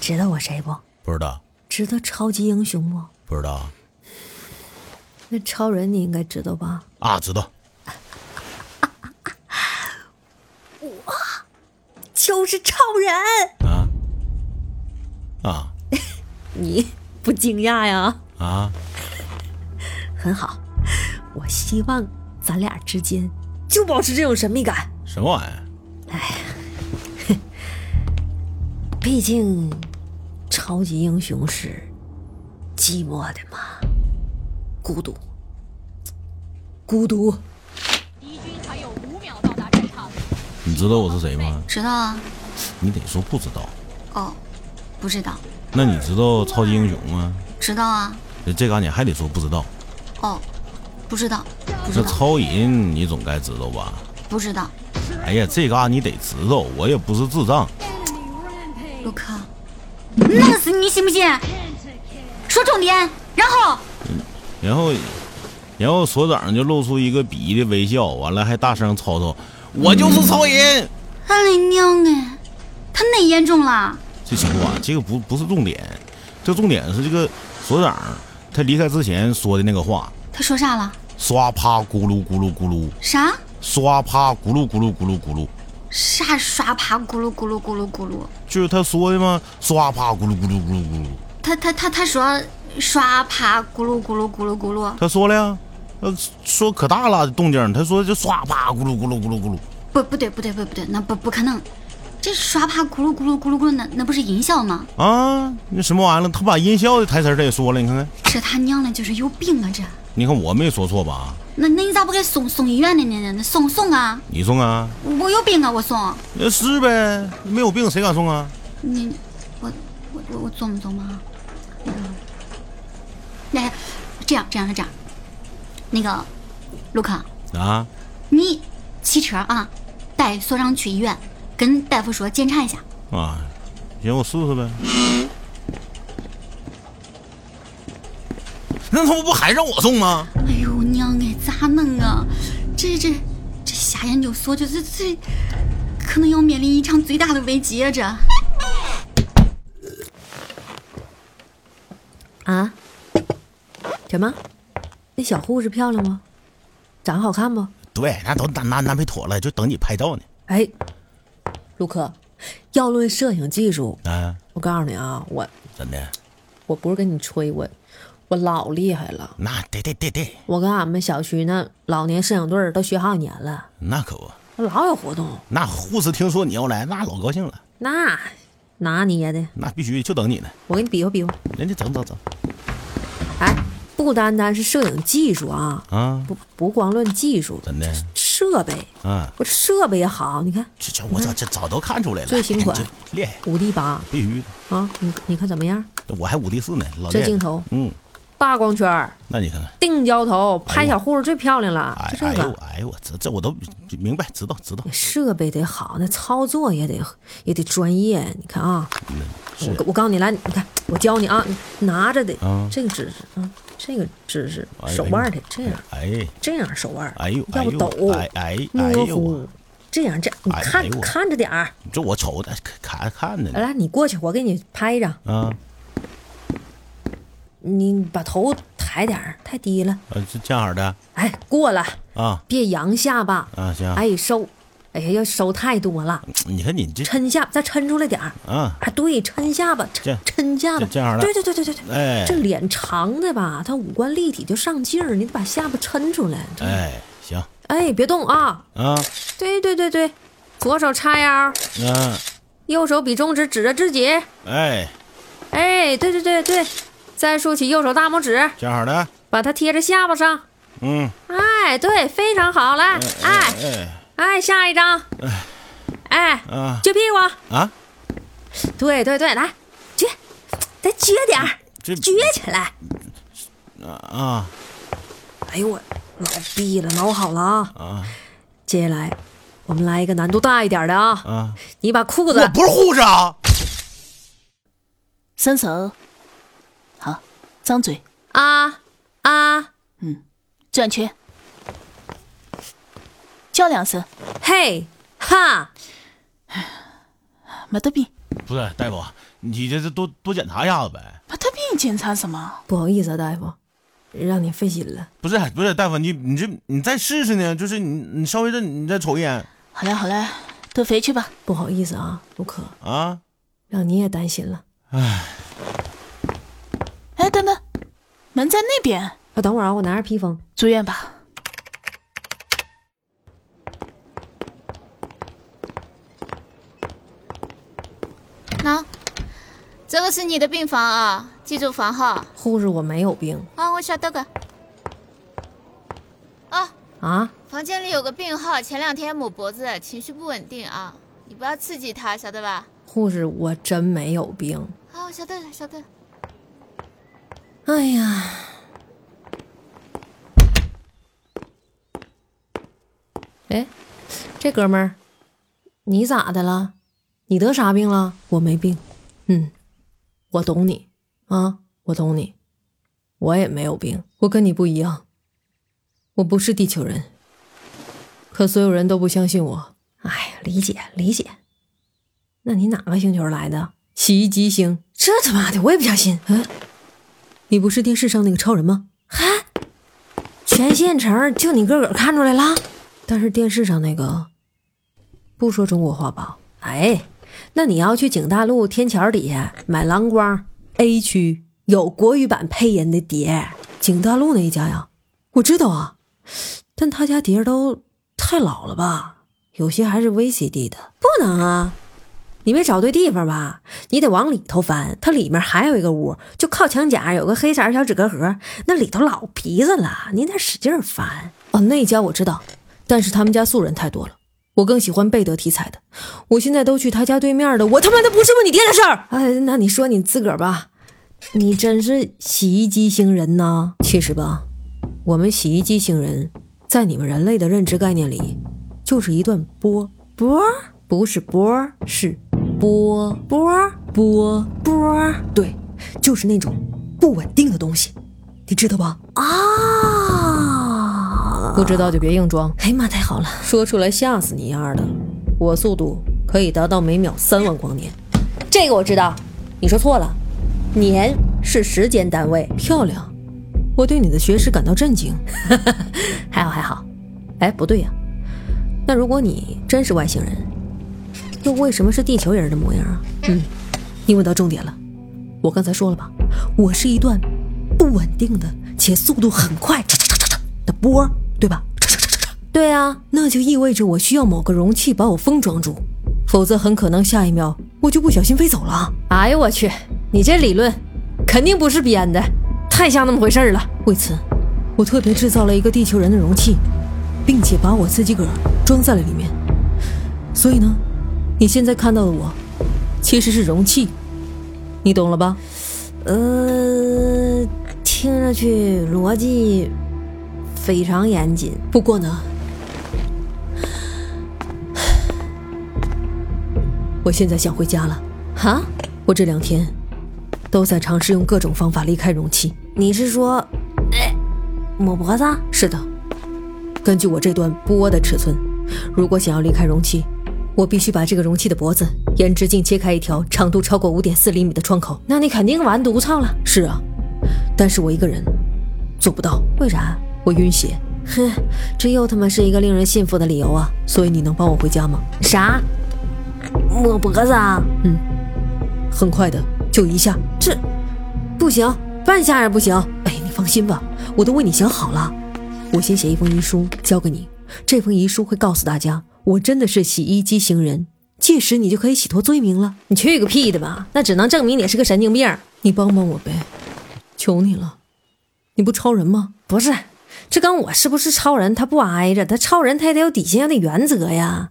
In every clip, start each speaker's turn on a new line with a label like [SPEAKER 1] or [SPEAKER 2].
[SPEAKER 1] 知道我谁不？
[SPEAKER 2] 不知道，
[SPEAKER 1] 知道超级英雄不？
[SPEAKER 2] 不知道
[SPEAKER 1] 那超人你应该知道吧？
[SPEAKER 2] 啊，知道，
[SPEAKER 1] 就是超人，
[SPEAKER 2] 啊啊
[SPEAKER 1] 你 不惊讶呀？
[SPEAKER 2] 啊，
[SPEAKER 1] 很好，我希望咱俩之间就保持这种神秘感，
[SPEAKER 2] 什么玩意儿？
[SPEAKER 1] 毕竟超级英雄是寂寞的嘛，孤独，孤独。
[SPEAKER 3] 敌军还有五秒到达战场。
[SPEAKER 2] 你知道我是谁吗？
[SPEAKER 4] 知道啊？
[SPEAKER 2] 你得说不知道。
[SPEAKER 4] 哦，不知道，
[SPEAKER 2] 那你知道超级英雄吗？
[SPEAKER 4] 知道啊？
[SPEAKER 2] 这嘎你还得说不知道。
[SPEAKER 4] 哦，不知道，不知
[SPEAKER 2] 那
[SPEAKER 4] 道，
[SPEAKER 2] 超人你总该知道吧？
[SPEAKER 4] 不知道。
[SPEAKER 2] 哎呀，这嘎你得知道，我也不是智障。
[SPEAKER 4] 卢克，弄死你信不信？说重点，然后
[SPEAKER 2] 然后，然后所长就露出一个鄙夷的微笑，完了还大声吵吵：“我就是超人。
[SPEAKER 4] 俺的娘哎，他那严重了。
[SPEAKER 2] 这情况啊，这个不不是重点，这重点是这个所长他离开之前说的那个话：
[SPEAKER 4] 他说啥了？
[SPEAKER 2] 刷啪咕噜咕噜咕噜，
[SPEAKER 4] 啥？
[SPEAKER 2] 刷啪咕噜咕噜咕噜咕噜，
[SPEAKER 4] 啥刷爬咕噜咕噜咕噜咕噜？
[SPEAKER 2] 就是他说的吗？刷啪咕噜咕噜咕噜咕噜，
[SPEAKER 4] 他他他他说刷爬咕噜咕噜咕噜咕噜？
[SPEAKER 2] 他说了呀，呃，说可大了动静，他说就刷啪咕噜咕噜咕噜咕噜，
[SPEAKER 4] 不不对不对不对不对，那不不可能。这刷爬咕噜咕噜咕噜咕噜，那那不是音效吗？
[SPEAKER 2] 啊，那什么玩意儿？他把音效的台词儿他也说了，你看看，
[SPEAKER 4] 这他娘的就是有病啊！这，
[SPEAKER 2] 你看我没说错吧？
[SPEAKER 4] 那那你咋不给送送医院呢？呢呢？那送送啊！
[SPEAKER 2] 你送啊？
[SPEAKER 4] 我有病啊！我送
[SPEAKER 2] 那是呗，没有病谁敢送啊？
[SPEAKER 4] 你，我我我我琢磨琢磨啊。那个，哎，这样这样这样，那个，卢克，
[SPEAKER 2] 啊，
[SPEAKER 4] 你骑车啊，带所长去医院，跟大夫说检查一下。
[SPEAKER 2] 啊，行，我试试呗。那他们不还让我送吗？
[SPEAKER 4] 哎呦娘哎，咋弄啊？这这这下研究所这这这，可能要面临一场最大的危机啊！这
[SPEAKER 1] 啊？什么？那小护士漂亮吗？长得好看不？
[SPEAKER 2] 对，那都男男男配妥了，就等你拍照呢。
[SPEAKER 1] 哎，陆克，要论摄影技术，
[SPEAKER 2] 啊，
[SPEAKER 1] 我告诉你啊，我
[SPEAKER 2] 真的，
[SPEAKER 1] 我不是跟你吹，我我老厉害了。
[SPEAKER 2] 那对对对对，
[SPEAKER 1] 我跟俺们小区那老年摄影队儿都学好几年了，
[SPEAKER 2] 那可不，
[SPEAKER 1] 老有活动，
[SPEAKER 2] 那护士听说你要来，那老高兴了，
[SPEAKER 1] 那拿捏的。
[SPEAKER 2] 那必须就等你呢。
[SPEAKER 1] 我给你比划比划，
[SPEAKER 2] 人家整整整
[SPEAKER 1] 哎，不单单是摄影技术啊，
[SPEAKER 2] 啊，
[SPEAKER 1] 不不光论技术，
[SPEAKER 2] 真的
[SPEAKER 1] 设备，
[SPEAKER 2] 啊，
[SPEAKER 1] 我设备也好，你看
[SPEAKER 2] 这这我早嗯这啊早都看出来了，哎
[SPEAKER 1] 最新款
[SPEAKER 2] 你这厉害，
[SPEAKER 1] 五 D 八
[SPEAKER 2] 必须的。
[SPEAKER 1] 啊，你你看怎么样？
[SPEAKER 2] 我还五 D 四呢，老
[SPEAKER 1] 这
[SPEAKER 2] 练
[SPEAKER 1] 镜
[SPEAKER 2] 了
[SPEAKER 1] 头
[SPEAKER 2] 嗯，
[SPEAKER 1] 大光圈儿，
[SPEAKER 2] 那你看看，
[SPEAKER 1] 定焦头，拍小护士最漂亮了，
[SPEAKER 2] 哎
[SPEAKER 1] 就
[SPEAKER 2] 哎
[SPEAKER 1] 这
[SPEAKER 2] 呦
[SPEAKER 1] 个。
[SPEAKER 2] 哎呦，这这我都明白，知道知道，
[SPEAKER 1] 设备得好，那操作也得也得专业。你看啊，
[SPEAKER 2] 嗯，是
[SPEAKER 1] 我我告诉你来，你看我教你啊，你拿着得
[SPEAKER 2] 啊
[SPEAKER 1] 这个姿势啊，这个姿势，
[SPEAKER 2] 哎呦
[SPEAKER 1] 手腕得这样，
[SPEAKER 2] 哎
[SPEAKER 1] 这样手腕，
[SPEAKER 2] 哎呦
[SPEAKER 1] 要
[SPEAKER 2] 哎
[SPEAKER 1] 不
[SPEAKER 2] 呦
[SPEAKER 1] 抖，
[SPEAKER 2] 哎哎哎
[SPEAKER 1] 摸
[SPEAKER 2] 呦
[SPEAKER 1] 糊，这样这样你
[SPEAKER 2] 哎哎
[SPEAKER 1] 看
[SPEAKER 2] 呦
[SPEAKER 1] 看着点儿。
[SPEAKER 2] 这我瞅着看看着呢
[SPEAKER 1] 来，你过去，我给你拍一张。
[SPEAKER 2] 啊，
[SPEAKER 1] 你把头抬点儿，太低了。
[SPEAKER 2] 呃这这样式的
[SPEAKER 1] 哎，过了，
[SPEAKER 2] 啊
[SPEAKER 1] 别扬下巴。
[SPEAKER 2] 啊嗯行，
[SPEAKER 1] 哎，收，哎呀，要收太多了，
[SPEAKER 2] 你看你这
[SPEAKER 1] 抻下，再抻出来点儿。
[SPEAKER 2] 啊，
[SPEAKER 1] 啊，对，抻下巴，抻
[SPEAKER 2] 这
[SPEAKER 1] 抻下巴，
[SPEAKER 2] 这这样的
[SPEAKER 1] 对对对对对对。
[SPEAKER 2] 哎
[SPEAKER 1] 这脸长的吧，它五官立体就上劲儿，你得把下巴抻出来。
[SPEAKER 2] 哎行
[SPEAKER 1] 哎，别动啊！
[SPEAKER 2] 啊
[SPEAKER 1] 对对对对，左手叉腰，
[SPEAKER 2] 嗯
[SPEAKER 1] 右手比中指指着自己。
[SPEAKER 2] 哎
[SPEAKER 1] 哎，对对对对，再竖起右手大拇指，
[SPEAKER 2] 这样式的
[SPEAKER 1] 把它贴着下巴上。
[SPEAKER 2] 嗯
[SPEAKER 1] 哎，对，非常好，来，哎
[SPEAKER 2] 哎
[SPEAKER 1] 哎，下一张，哎，
[SPEAKER 2] 啊
[SPEAKER 1] 撅屁股，
[SPEAKER 2] 啊
[SPEAKER 1] 对对对，来，撅，再撅点儿，
[SPEAKER 2] 嗯这
[SPEAKER 1] 撅起来。
[SPEAKER 2] 啊
[SPEAKER 1] 哎呦我老逼了，挠好了啊！
[SPEAKER 2] 啊
[SPEAKER 1] 接下来我们来一个难度大一点的啊！
[SPEAKER 2] 啊，
[SPEAKER 1] 你把裤
[SPEAKER 2] 我
[SPEAKER 1] 子
[SPEAKER 2] 不是护士啊，
[SPEAKER 5] 伸手，好，张嘴，
[SPEAKER 1] 啊啊
[SPEAKER 5] 转圈，叫两声，
[SPEAKER 1] 嘿哈，
[SPEAKER 5] 没得病，
[SPEAKER 2] 不是大夫，你这这多多检查一下子呗。
[SPEAKER 5] 没得病，检查什么？
[SPEAKER 1] 不好意思啊，大夫，让你费心了。
[SPEAKER 2] 不是不是，大夫你你这你再试试呢，就是你你稍微再你再瞅一眼
[SPEAKER 5] 好嘞好嘞，都回去吧。
[SPEAKER 1] 不好意思啊，卢科，
[SPEAKER 2] 啊。
[SPEAKER 1] 让你也担心了。
[SPEAKER 5] 哎，等等，门在那边，
[SPEAKER 1] 啊，等会儿啊，我拿着披风。
[SPEAKER 5] 住院吧。
[SPEAKER 3] 那，这个是你的病房啊，记住房号
[SPEAKER 1] 护士，我没有病
[SPEAKER 3] 啊。我晓得个。啊，
[SPEAKER 1] 啊，
[SPEAKER 3] 房间里有个病号，前两天抹脖子，情绪不稳定啊，你不要刺激他，晓得吧？
[SPEAKER 1] 护士，我真没有病。
[SPEAKER 6] 哦
[SPEAKER 3] 啊，我晓得了，晓得了。
[SPEAKER 1] 哎呀，哎，这哥们儿，你咋的了？你得啥病了？我没病，嗯，我懂你啊，我懂你，我也没有病，我跟你不一样，我不是地球人，可所有人都不相信我。哎呀，理解理解。那你哪个星球来的？洗衣机星？这他妈的，我也不相信。嗯、你不是电视上那个超人吗？嗨，全县城就你个个看出来了。但是电视上那个不说中国话吧？哎，那你要去景大路天桥底下买蓝光 A 区有国语版配音的碟，景大路那一家呀，我知道啊，但他家碟都太老了吧？有些还是 VCD 的，不能啊。你没找对地方吧？你得往里头翻，它里面还有一个屋，就靠墙角有个黑色小纸壳盒，那里头老皮子了，你得使劲翻。哦，那家我知道，但是他们家素人太多了，我更喜欢贝德题材的。我现在都去他家对面的，我他妈的不是问你爹的事儿。哎，那你说你自个儿吧，你真是洗衣机星人呐！其实吧，我们洗衣机星人在你们人类的认知概念里，就是一段波波，不是波，是波波波波，对，就是那种不稳定的东西，你知道吧？啊，不知道就别硬装。哎呀妈，太好了，说出来吓死你丫的！我速度可以达到每秒三万光年，这个我知道，你说错了，年是时间单位。漂亮，我对你的学识感到震惊。 还好还好，哎，不对呀、那如果你真是外星人，又为什么是地球人的模样啊？嗯，你问到重点了。我刚才说了吧，我是一段不稳定的且速度很快嚓嚓嚓嚓嚓的波，对吧？嚓嚓嚓嚓嚓对啊，那就意味着我需要某个容器把我封装住，否则很可能下一秒我就不小心飞走了。哎呦我去，你这理论肯定不是编的，太像那么回事儿了。为此，我特别制造了一个地球人的容器，并且把我自己个儿装在了里面。所以呢，你现在看到的我，其实是容器，你懂了吧？呃，听上去逻辑非常严谨。不过呢，我现在想回家了。哈，我这两天都在尝试用各种方法离开容器。你是说，哎，抹脖子？是的。根据我这段波的尺寸，如果想要离开容器，我必须把这个容器的脖子沿直径切开一条长度超过五点四厘米的窗口。那你肯定完犊操了。是啊，但是我一个人做不到。为啥？我晕血。哼，这又他妈是一个令人信服的理由啊！所以你能帮我回家吗？啥？抹脖子啊？嗯，很快的，就一下。这不行，半下也不行。哎，你放心吧，我都为你想好了。我先写一封遗书交给你，这封遗书会告诉大家，我真的是洗衣机行人。届时你就可以洗脱罪名了。你去个屁的吧！那只能证明你是个神经病。你帮帮我呗，求你了。你不超人吗？不是，这跟我是不是超人他不挨着，他超人他也得有底线，有点原则呀。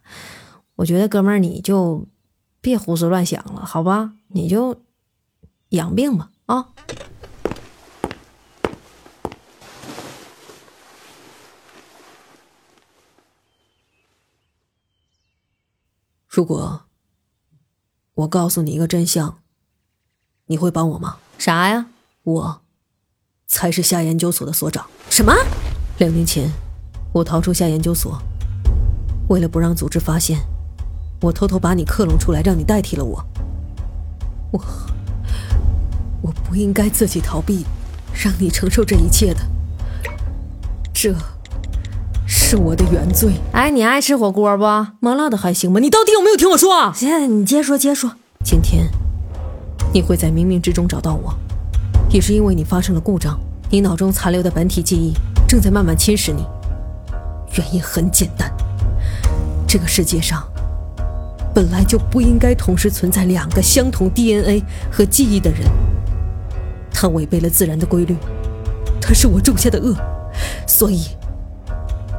[SPEAKER 1] 我觉得哥们儿你就别胡思乱想了，好吧？你就养病吧啊！如果我告诉你一个真相，你会帮我吗？啥呀？我才是夏研究所的所长。什么？两年前，我逃出夏研究所，为了不让组织发现，我偷偷把你克隆出来，让你代替了我。我，我不应该自己逃避，让你承受这一切的。这，是我的原罪。哎，你爱吃火锅不？麻辣的还行吧。你到底有没有听我说？现在你接说接说。今天，你会在冥冥之中找到我，也是因为你发生了故障，你脑中残留的本体记忆正在慢慢侵蚀你。原因很简单，这个世界上本来就不应该同时存在两个相同 DNA 和记忆的人。他违背了自然的规律，他是我种下的恶，所以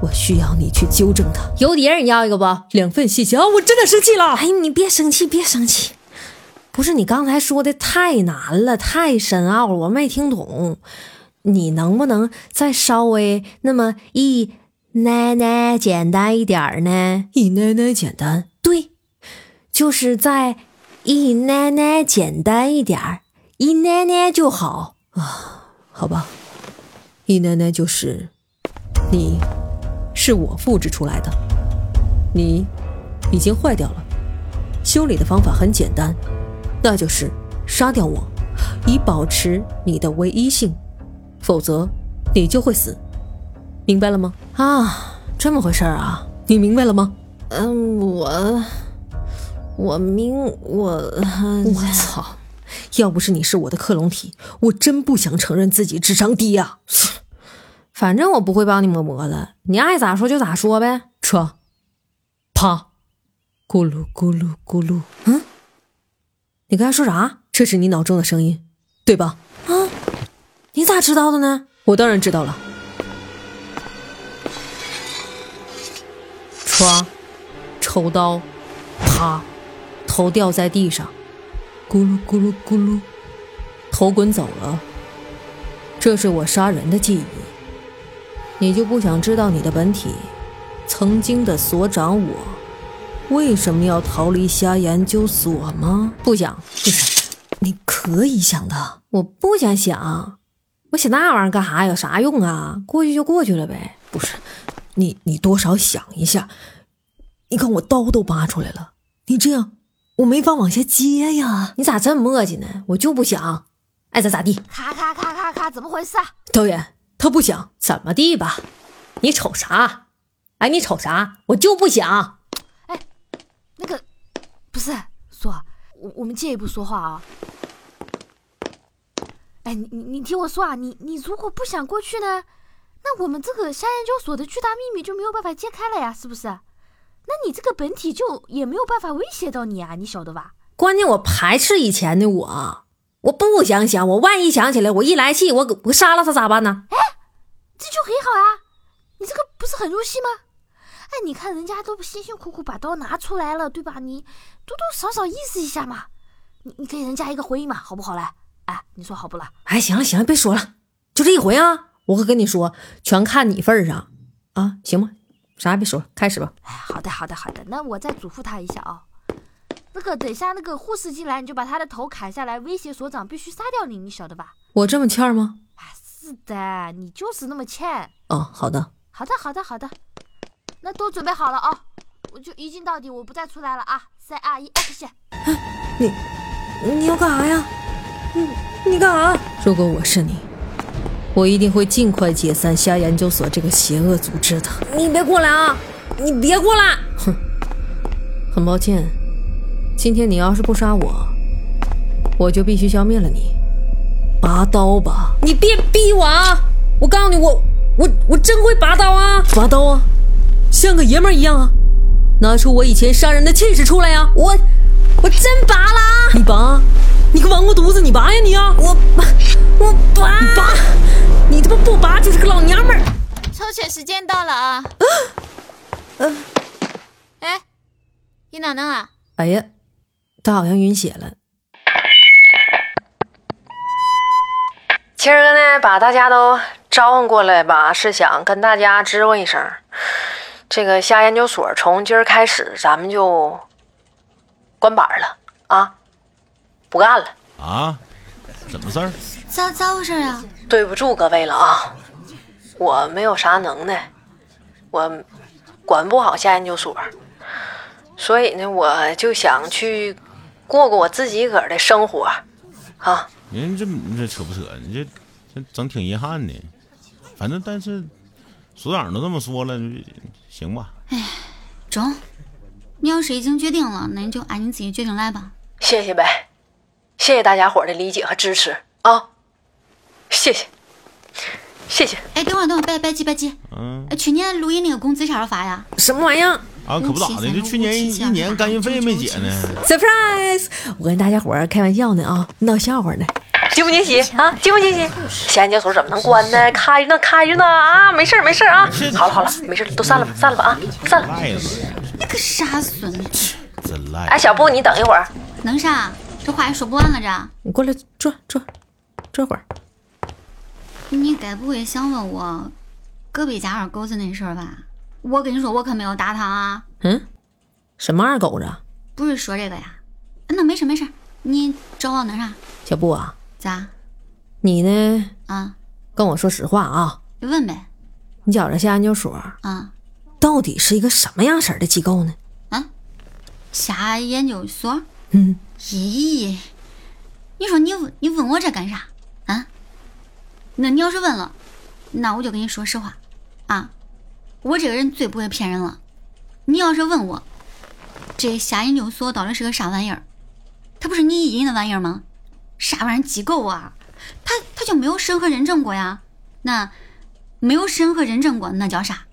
[SPEAKER 1] 我需要你去纠正他。油碟，你要一个不？两份谢谢啊！我真的生气了。哎，你别生气，别生气。不是你刚才说的太难了，太深奥了，我没听懂。你能不能再稍微那么一奶奶简单一点儿呢？一奶奶简单，对，就是再一奶奶简单一点儿，一奶奶就好啊，好吧，一奶奶就是你是我复制出来的，你已经坏掉了，修理的方法很简单，那就是杀掉我，以保持你的唯一性。否则你就会死，明白了吗？啊，这么回事儿啊？你明白了吗？嗯，我我明我我操！要不是你是我的克隆体，我真不想承认自己智商低啊呀、反正我不会帮你磨磨的，你爱咋说就咋说呗。车，啪，咕噜咕噜咕噜。嗯，你刚才说啥？这是你脑中的声音，对吧？你咋知道的呢？我当然知道了。歘，抽刀，啪，头掉在地上，咕噜咕噜咕噜，头滚走了。这是我杀人的记忆。你就不想知道你的本体，曾经的所长我，为什么要逃离虾研究所吗？不想，不想。你可以想的，我不想想。我写那玩意儿干啥？有啥用啊？过去就过去了呗。不是，你你多少想一下。你看我刀都拔出来了，你这样我没法往下接呀。你咋这么磨叽呢？我就不想，爱咋咋地。
[SPEAKER 6] 咔咔咔咔咔，怎么回事啊？
[SPEAKER 1] 导演他不想，怎么地吧？你瞅啥？哎，你瞅啥？我就不想。
[SPEAKER 6] 那个，不是说，我我们借一步说话啊。哎，你你你听我说啊，你你如果不想过去呢，那我们这个虾研究所的巨大秘密就没有办法揭开了呀，是不是？那你这个本体就也没有办法威胁到你啊，你晓得吧？
[SPEAKER 1] 关键我排斥以前的我，我不想想。我万一想起来，我一来气，我我杀了他咋办呢？
[SPEAKER 6] 这就很好啊，你这个不是很入戏吗？哎，你看人家都辛辛苦苦把刀拿出来了，对吧？你多多少少意思一下嘛，你你给人家一个回应嘛，好不好嘞？哎，你说好不啦？
[SPEAKER 1] 哎，行了行了，别说了，就这一回啊！我可跟你说，全看你份儿上啊，行吗？啥也别说了，开始吧。
[SPEAKER 6] 哎，好的好的好的，那我再嘱咐他一下啊、那个等一下那个护士进来，你就把他的头砍下来，威胁所长必须杀掉你，你晓得吧？
[SPEAKER 1] 我这么欠儿吗？
[SPEAKER 6] 啊，是的，你就是那么欠。
[SPEAKER 1] 哦，好的。
[SPEAKER 6] 好的好的好的，那都准备好了啊、我就一镜到底，我不再出来了啊！三二一，action！
[SPEAKER 1] 你你要干啥呀？你你干啥？如果我是你，我一定会尽快解散虾研究所这个邪恶组织的。你别过来啊！你别过来！哼，很抱歉，今天你要是不杀我，我就必须消灭了你。拔刀吧！你别逼我啊！我告诉你，我我我真会拔刀啊！拔刀啊！像个爷们儿一样啊！拿出我以前杀人的气势出来呀、啊！我我真拔了啊！你拔？你个亡国犊子，你拔呀你啊！我拔，我拔，你拔！你他妈不拔就是个老娘们儿！
[SPEAKER 3] 抽血时间到了 啊！哎，你哪能啊？
[SPEAKER 1] 哎呀，他好像晕血了。今儿个呢，把大家都招呼过来吧，是想跟大家知会一声，这个虾研究所从今儿开始咱们就关板了啊，不干了，
[SPEAKER 2] 啊？怎么事儿？
[SPEAKER 4] 咋咋回事啊？
[SPEAKER 1] 对不住各位了啊，我没有啥能耐，我管不好虾研究所，所以呢，我就想去过过我自己个儿的生活啊。
[SPEAKER 2] 人这你这扯不扯？你这这整挺遗憾的。反正但是所长都这么说了，你行吧？
[SPEAKER 4] 中，你要是已经决定了，那你就按你自己决定来吧。
[SPEAKER 1] 谢谢呗，谢谢大家伙儿的理解和支持啊，谢谢，谢谢。
[SPEAKER 4] 哎，等会儿，等会儿，别别急，别急。
[SPEAKER 2] 嗯
[SPEAKER 4] 哎，去年录音那个工资啥时候发呀？
[SPEAKER 1] 什么玩意儿
[SPEAKER 2] 啊，可不咋的，这去年一一年干运费没结呢。
[SPEAKER 1] ？surprise！我跟大家伙儿开玩笑呢啊，闹笑话呢。惊不惊喜啊？惊不惊喜？闲交所怎么能关呢？开着呢，开着呢啊！没事儿，没事儿啊。好了好了，没事儿，都散了吧，散了吧啊，散了。
[SPEAKER 2] 赖子，
[SPEAKER 4] 那个傻孙子，
[SPEAKER 2] 真
[SPEAKER 1] 哎，
[SPEAKER 2] 赖！
[SPEAKER 1] 小布，你等一会儿，
[SPEAKER 4] 能啥？这话也说不完了这。
[SPEAKER 1] 你过来坐坐坐会儿。
[SPEAKER 4] 你该不会想问我隔壁家二狗子那事儿吧？我跟你说，我可没有打他啊，
[SPEAKER 1] 嗯，什么二狗啊子？
[SPEAKER 4] 不是说这个呀。那没事没事，你找我那啥？
[SPEAKER 1] 小布啊，
[SPEAKER 4] 咋？
[SPEAKER 1] 你呢？
[SPEAKER 4] 啊，
[SPEAKER 1] 跟我说实话啊，
[SPEAKER 4] 就问呗。
[SPEAKER 1] 你觉着夏研究所
[SPEAKER 4] 啊
[SPEAKER 1] 到底是一个什么样式儿的机构呢？
[SPEAKER 4] 啊，啥研究所？
[SPEAKER 1] 嗯，
[SPEAKER 4] 咦，你说你问你问我这干啥啊？那你要是问了，那我就跟你说实话，啊，我这个人最不会骗人了。你要是问我，这瞎研究所到底是个啥玩意儿？它不是你意淫的玩意儿吗？啥玩意儿机构啊？它它就没有审核认证过呀？那没有审核认证过，那叫啥？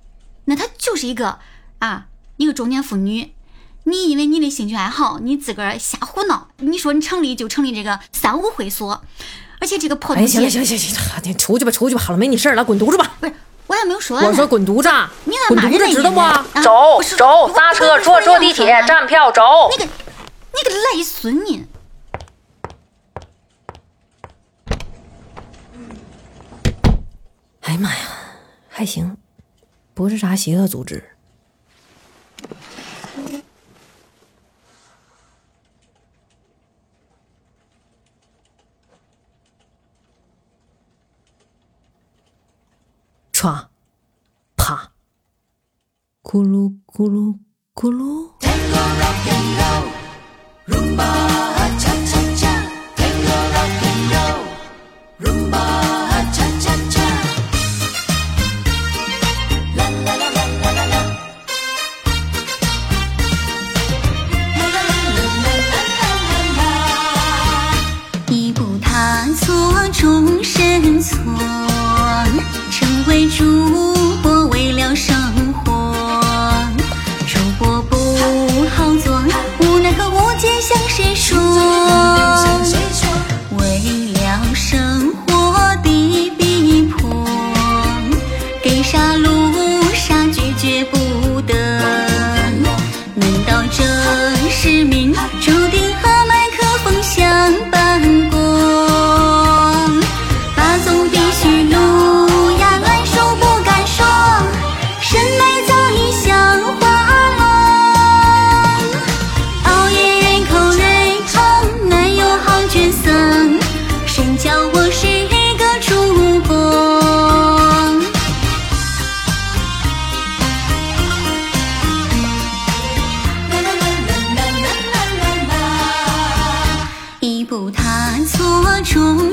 [SPEAKER 4] 那它就是一个啊，一个中年妇女你以为你的兴趣爱好，你自个儿瞎胡闹。你说你成立就成立这个三无会所，而且这个破
[SPEAKER 1] 哎，
[SPEAKER 4] 东
[SPEAKER 1] 行
[SPEAKER 4] 西，
[SPEAKER 1] 了行了行了行了，你出去吧，出去吧，好了，没你事儿了，滚犊子吧！
[SPEAKER 4] 不是我还没有说完呢。
[SPEAKER 1] 我说滚犊子，
[SPEAKER 4] 你咋
[SPEAKER 1] 滚
[SPEAKER 4] 骂
[SPEAKER 1] 犊
[SPEAKER 4] 人
[SPEAKER 1] 子，
[SPEAKER 4] 家
[SPEAKER 1] 知道
[SPEAKER 4] 呢啊
[SPEAKER 1] 不？
[SPEAKER 4] 我是
[SPEAKER 1] 哦
[SPEAKER 4] 我我不是那样说的
[SPEAKER 1] 票走。
[SPEAKER 4] 那个那个赖孙你，
[SPEAKER 1] 哎呀妈呀，还行，不是啥邪恶组织。歘，啪，咕噜咕噜咕噜。
[SPEAKER 4] 一步踏错，终身错，成为主播为了生活，生活不好做，无奈和无解向谁说？为了生活的逼迫，给啥路啥拒绝不得。难道这是命，注定和麦克风相伴过？爸总必须路呀，乱说不敢说，深埋早已像花落。熬夜人口累长，男友好卷丧，谁叫我是一个主播？一步踏错，终啊哦